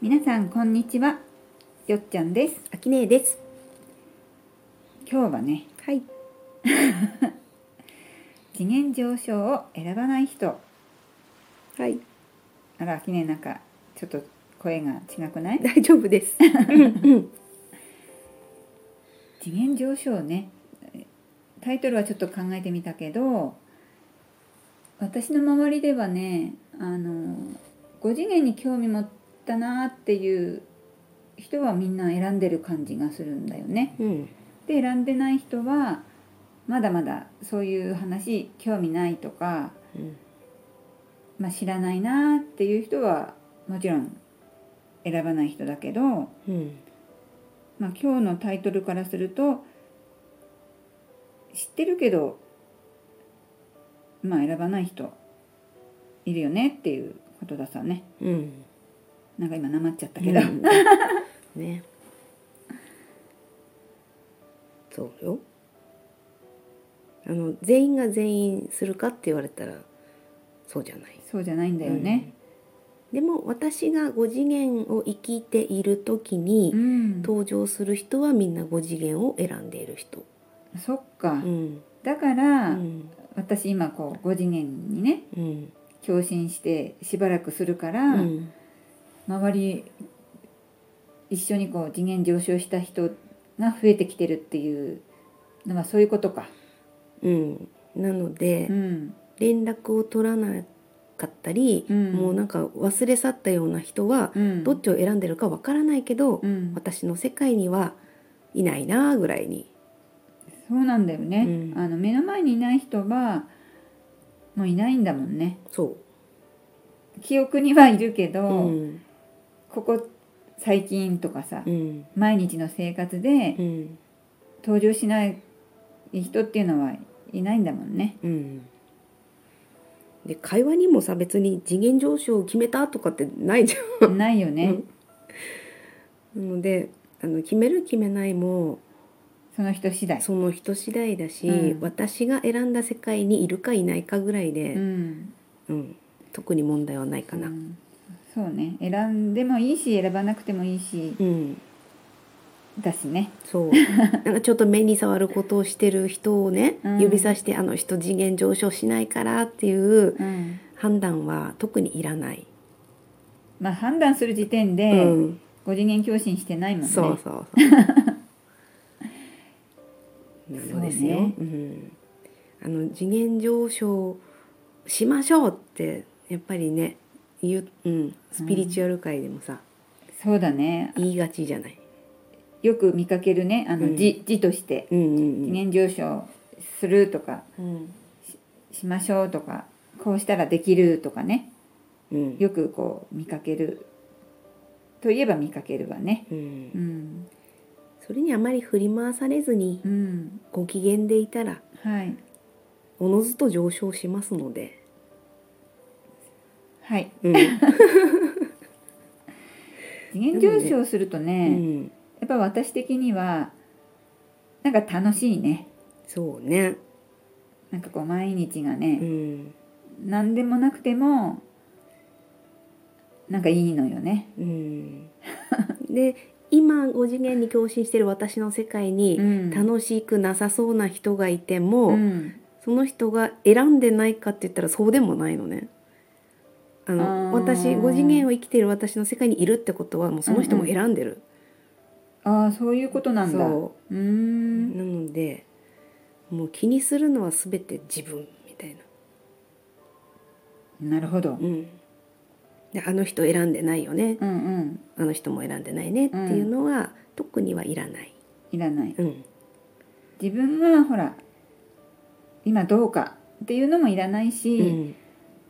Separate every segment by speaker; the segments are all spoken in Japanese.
Speaker 1: 皆さんこんにちはよっちゃんです
Speaker 2: あきねえです。
Speaker 1: 今日はね
Speaker 2: はい。
Speaker 1: 次元上昇を選ばない人
Speaker 2: はい。
Speaker 1: あらきねなんかちょっと声が違くない
Speaker 2: 大丈夫です。うん
Speaker 1: 次元上昇ねタイトルはちょっと考えてみたけど私の周りではねあの5次元に興味持ったなっていう人はみんな選んでる感じがするんだよね。
Speaker 2: うん。
Speaker 1: で選んでない人はまだまだそういう話興味ないとか、
Speaker 2: うん。
Speaker 1: まあ、知らないなっていう人はもちろん選ばない人だけど
Speaker 2: うん。
Speaker 1: まあ、今日のタイトルからすると知ってるけどまあ選ばない人いるよねっていうことださね
Speaker 2: うん。
Speaker 1: なんか今なまっちゃったけど、
Speaker 2: うんね。そうよ。あの全員が全員するかって言われたらそうじゃない。
Speaker 1: そうじゃないんだよね。
Speaker 2: でも私が5次元を生きている時に、
Speaker 1: うん
Speaker 2: 登場する人はみんな5次元を選んでいる人。
Speaker 1: そっか、
Speaker 2: うん。
Speaker 1: だか
Speaker 2: う
Speaker 1: ら、
Speaker 2: ん。
Speaker 1: 私今こう5次元にね
Speaker 2: うん。
Speaker 1: 共振してしばらくするから、
Speaker 2: うん。
Speaker 1: 周り一緒にこう次元上昇した人が増えてきてるっていうのはそういうことか。
Speaker 2: うん。なので。
Speaker 1: うん
Speaker 2: 連絡を取らなかったり、
Speaker 1: うん
Speaker 2: もうなんか忘れ去ったような人は、
Speaker 1: うん、
Speaker 2: どっちを選んでるかわからないけど、
Speaker 1: うん、
Speaker 2: 私の世界にはいないなぐらいに。
Speaker 1: そうなんだよね、
Speaker 2: うん
Speaker 1: あの目の前にいない人はもういないんだもんね
Speaker 2: そ
Speaker 1: 記憶にはいるけど、
Speaker 2: う。うん。
Speaker 1: ここ最近とかさ、
Speaker 2: うん。
Speaker 1: 毎日の生活で
Speaker 2: うん。
Speaker 1: 登場しない人っていうのはいないんだもん ね
Speaker 2: うん。で会話にもさ別に次元上昇を決めたとかってないじゃん。
Speaker 1: ないよね、
Speaker 2: うんなの であの決める決めないも
Speaker 1: その人次第
Speaker 2: その人次第だし、
Speaker 1: うん
Speaker 2: 私が選んだ世界にいるかいないかぐらいで、
Speaker 1: うん、
Speaker 2: うん特に問題はないか
Speaker 1: う
Speaker 2: な。
Speaker 1: んそうね選んでもいいし選ばなくてもいいし
Speaker 2: うん
Speaker 1: だしね
Speaker 2: そう なんかちょっと目に触ることをしてる人をね、
Speaker 1: うん
Speaker 2: 指さしてあの人次元上昇しないからっていう
Speaker 1: うん
Speaker 2: 判断は特にいらない、
Speaker 1: まあ判断する時点で、
Speaker 2: うん、
Speaker 1: 5次元共振してないもんね
Speaker 2: そうそうそう なのですよ
Speaker 1: そうね
Speaker 2: うん、あの次元上昇しましょうってやっぱりね言う、うん、スピリチュアル界でもさ、
Speaker 1: そうだね
Speaker 2: 言いがちじゃない、
Speaker 1: よく見かけるねあの、
Speaker 2: うん
Speaker 1: 字字として
Speaker 2: うんうん
Speaker 1: 記
Speaker 2: うん
Speaker 1: 念上昇するとか
Speaker 2: うん
Speaker 1: しましょうとかこうしたらできるとかね
Speaker 2: うん
Speaker 1: よくこう見かけるといえば見かけるわね
Speaker 2: う、
Speaker 1: うんん
Speaker 2: それにあまり振り回されずに
Speaker 1: うん
Speaker 2: ご機嫌でいたら
Speaker 1: はい
Speaker 2: おのずと上昇しますので、
Speaker 1: はい
Speaker 2: うん
Speaker 1: 次元上昇すると
Speaker 2: う
Speaker 1: ね
Speaker 2: ん、
Speaker 1: やっぱ私的にはなんか楽しいね
Speaker 2: そうね、
Speaker 1: なんかこう毎日が
Speaker 2: う
Speaker 1: ね、
Speaker 2: ん
Speaker 1: 何でもなくてもなんかいいのよね
Speaker 2: うん、で今5次元に共振してる私の世界に
Speaker 1: ん
Speaker 2: 楽しくなさそうな人がいても、
Speaker 1: うん
Speaker 2: その人が選んでないかって言ったらそうでもないのね。あの
Speaker 1: あー
Speaker 2: 私5次元を生きている私の世界にいるってことはもうその人も選んでる。
Speaker 1: ああそういうことなんだう
Speaker 2: そ
Speaker 1: ー
Speaker 2: うんなのでもう気にするのは全て自分みたいな。
Speaker 1: なるほど
Speaker 2: うん、であの人選んでないよね
Speaker 1: うんうん
Speaker 2: あの人も選んでないねっていうのは、特にはいらない、
Speaker 1: いらない
Speaker 2: うん
Speaker 1: 自分がほら今どうかっていうのもいらないし、
Speaker 2: うん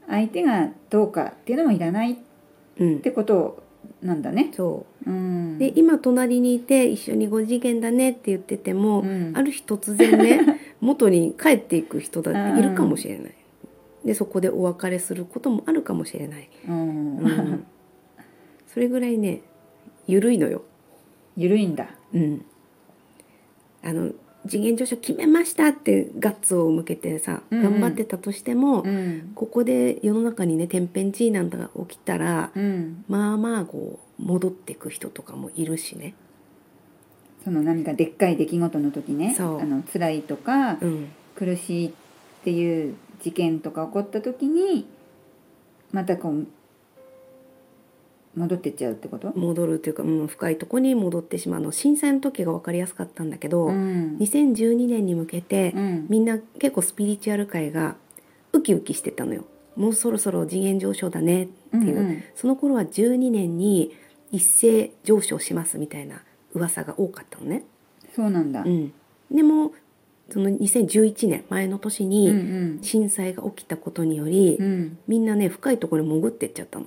Speaker 1: 相手がどうかっていうのもいらないっ
Speaker 2: うん、
Speaker 1: てことなんだね
Speaker 2: そ
Speaker 1: うん
Speaker 2: うで今隣にいて一緒に5次元だねって言ってても、
Speaker 1: うん
Speaker 2: ある日突然 ね元に帰っていく人だっているかもしれない、でそこでお別れすることもあるかもしれない、
Speaker 1: うん
Speaker 2: うん、それぐらいねゆるいのよ
Speaker 1: ゆるいんだ
Speaker 2: うん、あの次元上昇決めましたってガッツを向けてさ、
Speaker 1: うんうん
Speaker 2: 頑張ってたとしても、
Speaker 1: ん
Speaker 2: ここで世の中にね天変地異なんかが起きたら、
Speaker 1: うん
Speaker 2: まあまあこう戻ってく人とかもいるしね。
Speaker 1: その何かでっかい出来事の時ねあ
Speaker 2: そう
Speaker 1: の辛いとか
Speaker 2: うん、
Speaker 1: 苦しいっていう事件とか起こった時にまたこう戻ってっちゃうってこと、
Speaker 2: 戻るというか、うん、深いとこに戻ってしまうあの震災の時が分かりやすかったんだけど、
Speaker 1: うん
Speaker 2: 2012年に向けて、
Speaker 1: うん
Speaker 2: みんな結構スピリチュアル界がウキウキしてたのよ。もうそろそろ次元上昇だねっていう、
Speaker 1: うんうん
Speaker 2: その頃は12年に一斉上昇しますみたいな噂が多かったのね。
Speaker 1: そうなんだ、
Speaker 2: うん、でもその2011年前の年
Speaker 1: うんう
Speaker 2: に
Speaker 1: ん
Speaker 2: 震災が起きたことにより、
Speaker 1: うん
Speaker 2: みんなね深いところに潜ってっちゃったの。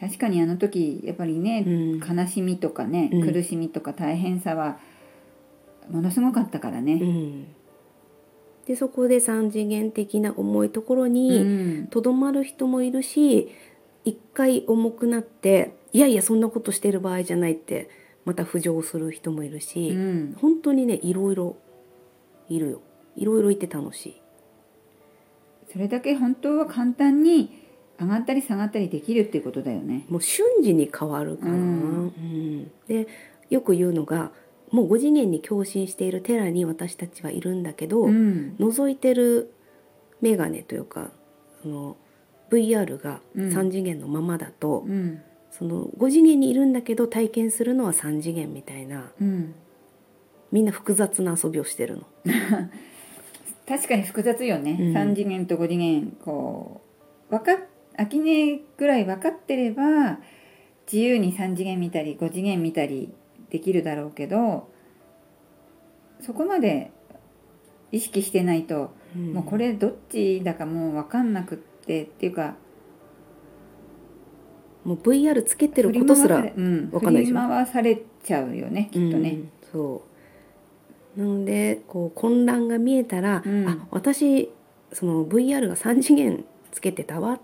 Speaker 1: 確かにあの時やっぱりね、
Speaker 2: うん
Speaker 1: 悲しみとかね、
Speaker 2: うん
Speaker 1: 苦しみとか大変さはものすごかったから
Speaker 2: う
Speaker 1: ね。
Speaker 2: ん、でそこで三次元的な重いところ
Speaker 1: う
Speaker 2: に
Speaker 1: ん
Speaker 2: とどまる人もいるし一回重くなっていやいやそんなことしてる場合じゃないってまた浮上する人もいるし、
Speaker 1: うん
Speaker 2: 本当にねいろいろいるよいろいろいて楽しい。
Speaker 1: それだけ本当は簡単に上がったり下がったりできるっていうことだよね。
Speaker 2: もう瞬時に変わるからな、
Speaker 1: う
Speaker 2: うんんでよく言うのがもう5次元に共振している寺に私たちはいるんだけど、
Speaker 1: うん
Speaker 2: 覗いてる眼鏡というかその VR が
Speaker 1: うん
Speaker 2: 3次元のままだと、
Speaker 1: うん
Speaker 2: その5次元にいるんだけど体験するのは3次元みたいな
Speaker 1: うん、
Speaker 2: みんな複雑な遊びをしてるの。
Speaker 1: 確かに複雑よね、
Speaker 2: うん
Speaker 1: 3次元と5次元こう分かっ秋音ぐらい分かってれば自由に3次元見たり5次元見たりできるだろうけどそこまで意識してないと、もうこれどっちだかもう分かんなくってっていうか
Speaker 2: もう VR つけてることすら
Speaker 1: 振り回されうん
Speaker 2: わかんないでしょ
Speaker 1: 振り回されちゃうよねきっと
Speaker 2: う
Speaker 1: ね。
Speaker 2: んそうなのでこう混乱が見えたら、
Speaker 1: うん
Speaker 2: あ私その VR が3次元つけてたわって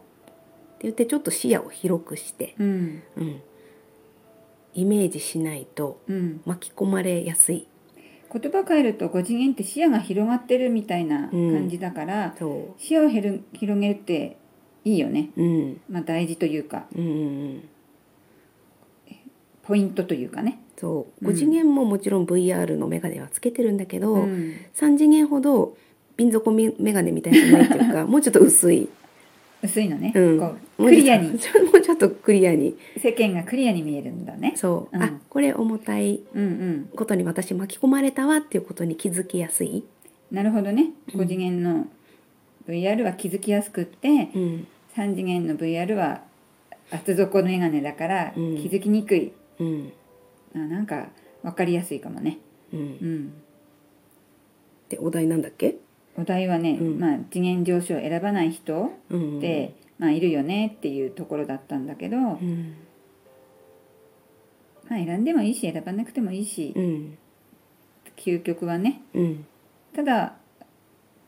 Speaker 2: 言ってちょっと視野を広くして、
Speaker 1: うん
Speaker 2: うん、イメージしないと
Speaker 1: うん、
Speaker 2: 巻き込まれやすい
Speaker 1: 言葉変えると5次元って視野が広がってるみたいな感じだから、
Speaker 2: そ
Speaker 1: 視野を減る広げるっていいよね、
Speaker 2: う、うん
Speaker 1: まあ、大事というか
Speaker 2: うんうんうん、
Speaker 1: ポイントというかね。
Speaker 2: そう
Speaker 1: うん
Speaker 2: 5次元ももちろん VR の眼鏡はつけてるんだけど、
Speaker 1: うん
Speaker 2: 3次元ほど瓶底眼鏡みたいじゃないってい うかもうちょっと薄い、
Speaker 1: 薄いのね、
Speaker 2: うん、
Speaker 1: こう
Speaker 2: もうちょっと
Speaker 1: クリアに
Speaker 2: もうちょっと クリアに
Speaker 1: 世間がクリアに見えるんだね。
Speaker 2: そう、
Speaker 1: うん
Speaker 2: あこれ重たい
Speaker 1: うんうん、
Speaker 2: ことに私巻き込まれたわっていうことに気づきやすい、
Speaker 1: なるほどね5次元の VR は気づきやすくって
Speaker 2: うん
Speaker 1: 3次元の VR は厚底の眼鏡だから気
Speaker 2: うん
Speaker 1: づきにくい、
Speaker 2: うん
Speaker 1: あなんか分かりやすいかもね。
Speaker 2: うん、っ
Speaker 1: うん
Speaker 2: てお題なんだっけ、
Speaker 1: お題はね、
Speaker 2: うん
Speaker 1: まあ、次元上昇を選ばない人
Speaker 2: うん、
Speaker 1: って、まあ、いるよねっていうところだったんだけど、
Speaker 2: うん、
Speaker 1: まあ、選んでもいいし選ばなくてもいいし、
Speaker 2: うん
Speaker 1: 究極はね
Speaker 2: うん
Speaker 1: ただ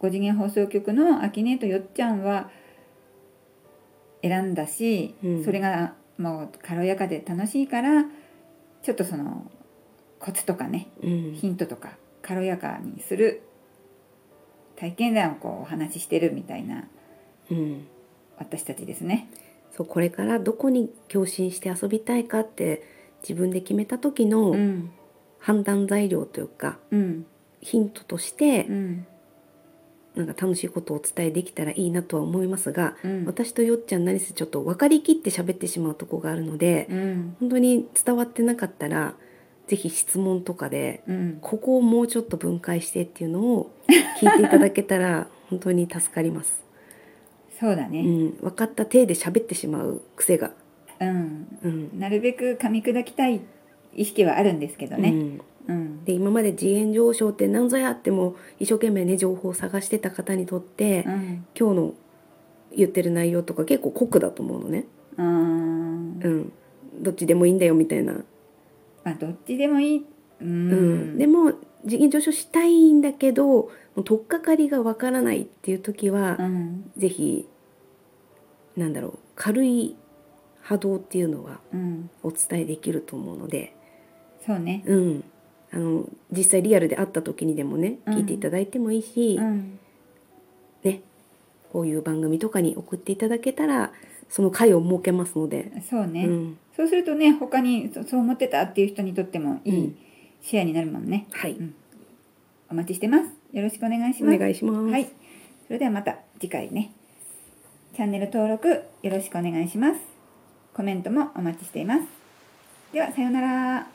Speaker 1: 5次元放送局のアキネとよっちゃんは選んだし、
Speaker 2: うん
Speaker 1: それがもう軽やかで楽しいからちょっとそのコツとかね
Speaker 2: うん
Speaker 1: ヒントとか軽やかにする体験談をこうお話ししてるみたいな
Speaker 2: うん
Speaker 1: 私たちですね。
Speaker 2: そうこれからどこに共振して遊びたいかって自分で決めた時の
Speaker 1: ん、
Speaker 2: 判断材料というか、
Speaker 1: うん、
Speaker 2: ヒントとして
Speaker 1: うん、
Speaker 2: なんか楽しいことをお伝えできたらいいなとは思いますが、
Speaker 1: うん
Speaker 2: 私とよっちゃん何せちょっと分かりきって喋ってしまうとこがあるので、
Speaker 1: うん、
Speaker 2: 本当に伝わってなかったらぜひ質問とかで
Speaker 1: うん、
Speaker 2: ここをもうちょっと分解してっていうのを聞いていただけたら 本当に助かります、
Speaker 1: そうだ
Speaker 2: う
Speaker 1: ね。
Speaker 2: ん、分かった体で喋ってしまう癖が、
Speaker 1: うん、
Speaker 2: うん
Speaker 1: なるべく噛み砕きたい意識はあるんですけど
Speaker 2: う
Speaker 1: ね。
Speaker 2: ん、
Speaker 1: うん、
Speaker 2: で今まで次元上昇って何ぞやっても一生懸命ね情報を探してた方にとって、
Speaker 1: うん、
Speaker 2: 今日の言ってる内容とか結構酷だと思うのね、
Speaker 1: うん、
Speaker 2: うん、どっちでもいいんだよみたいな、
Speaker 1: まあどっちでもいい。う
Speaker 2: うん
Speaker 1: ん、
Speaker 2: でも次元上昇したいんだけどもう取っかかりがわからないっていう時は
Speaker 1: う、ん、
Speaker 2: ぜひなんだろう軽い波動っていうのは
Speaker 1: うん、
Speaker 2: お伝えできると思うので、
Speaker 1: そうね。
Speaker 2: うん、あの実際リアルで会った時にでもね
Speaker 1: うん
Speaker 2: 聞いていただいてもいいし、
Speaker 1: うん、
Speaker 2: ね、こういう番組とかに送っていただけたらその会を設けますので、
Speaker 1: そうね、
Speaker 2: うん、
Speaker 1: そうするとね他にそそう思ってたっていう人にとってもい
Speaker 2: うん
Speaker 1: いシェアになるもんね、
Speaker 2: はい、
Speaker 1: うんお待ちしてますよろしくお願いします
Speaker 2: お願いします。
Speaker 1: はいそれではまた次回ねチャンネル登録よろしくお願いしますコメントもお待ちしていますではさようなら